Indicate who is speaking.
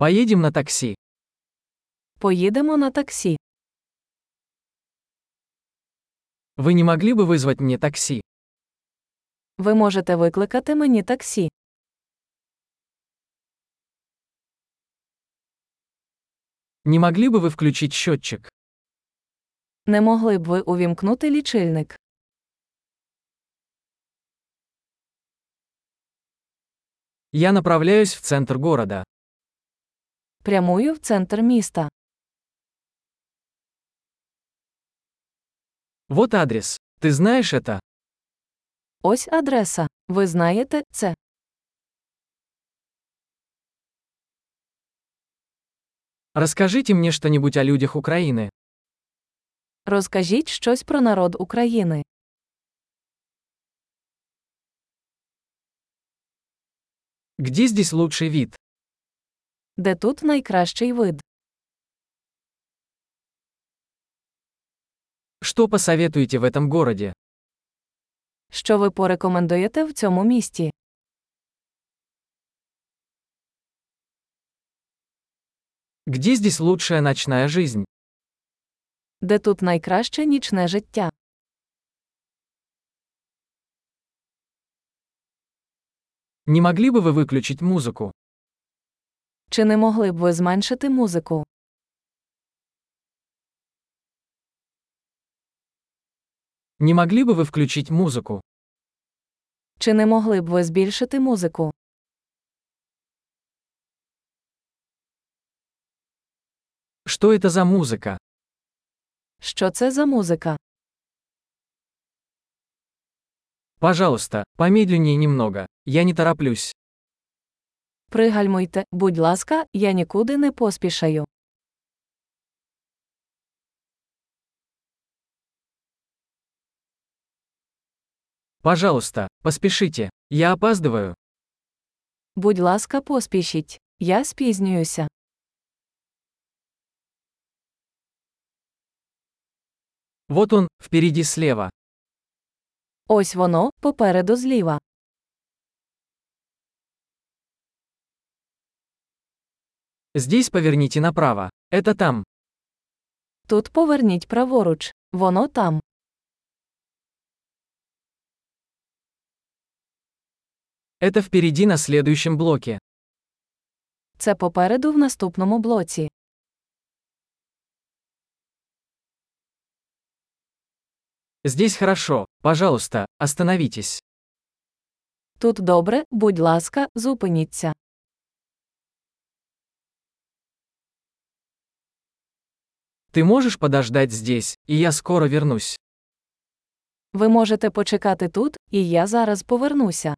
Speaker 1: Поедем на такси.
Speaker 2: Поїдемо на таксі.
Speaker 1: Вы не могли бы вызвать мне такси?
Speaker 2: Ви можете викликати мені таксі.
Speaker 1: Не могли бы вы включить счетчик?
Speaker 2: Не могли б ви увімкнути лічильник?
Speaker 1: Я направляюсь в центр города.
Speaker 2: Прямую в центр міста.
Speaker 1: Вот адрес. Ты знаешь это?
Speaker 2: Ось адреса. Ви знаєте це.
Speaker 1: Расскажите мне что-нибудь о людях Украины.
Speaker 2: Розкажіть щось про народ України.
Speaker 1: Где здесь лучший вид?
Speaker 2: Де тут найкращий вид?
Speaker 1: Что посоветуете в этом городе?
Speaker 2: Що ви порекомендуєте в цьому місті?
Speaker 1: Где здесь лучшая ночная жизнь?
Speaker 2: Де тут найкраще нічне життя?
Speaker 1: Не могли бы вы выключить музыку?
Speaker 2: Чи не могли б ви зменшити музику?
Speaker 1: Не могли бы вы включить музыку?
Speaker 2: Чи не могли б ви збільшити музику?
Speaker 1: Что это за музыка?
Speaker 2: Що це за музика?
Speaker 1: Пожалуйста, помедленнее немного. Я не тороплюсь.
Speaker 2: Пригальмуйте, будь ласка, я нікуди не поспішаю.
Speaker 1: Пожалуйста, поспешите. Я опаздываю.
Speaker 2: Будь ласка, поспішіть. Я спізнююся.
Speaker 1: Вот он, впереди слева.
Speaker 2: Ось воно, попереду зліва.
Speaker 1: Здесь поверните направо. Это там.
Speaker 2: Тут поверніть праворуч. Воно там.
Speaker 1: Это впереди на следующем блоке.
Speaker 2: Це попереду в наступному блоці.
Speaker 1: Здесь хорошо. Пожалуйста, остановитесь.
Speaker 2: Тут добре, будь ласка, зупиніться.
Speaker 1: Ты можешь подождать здесь, и я скоро вернусь.
Speaker 2: Ви можете почекати тут, і я зараз повернуся.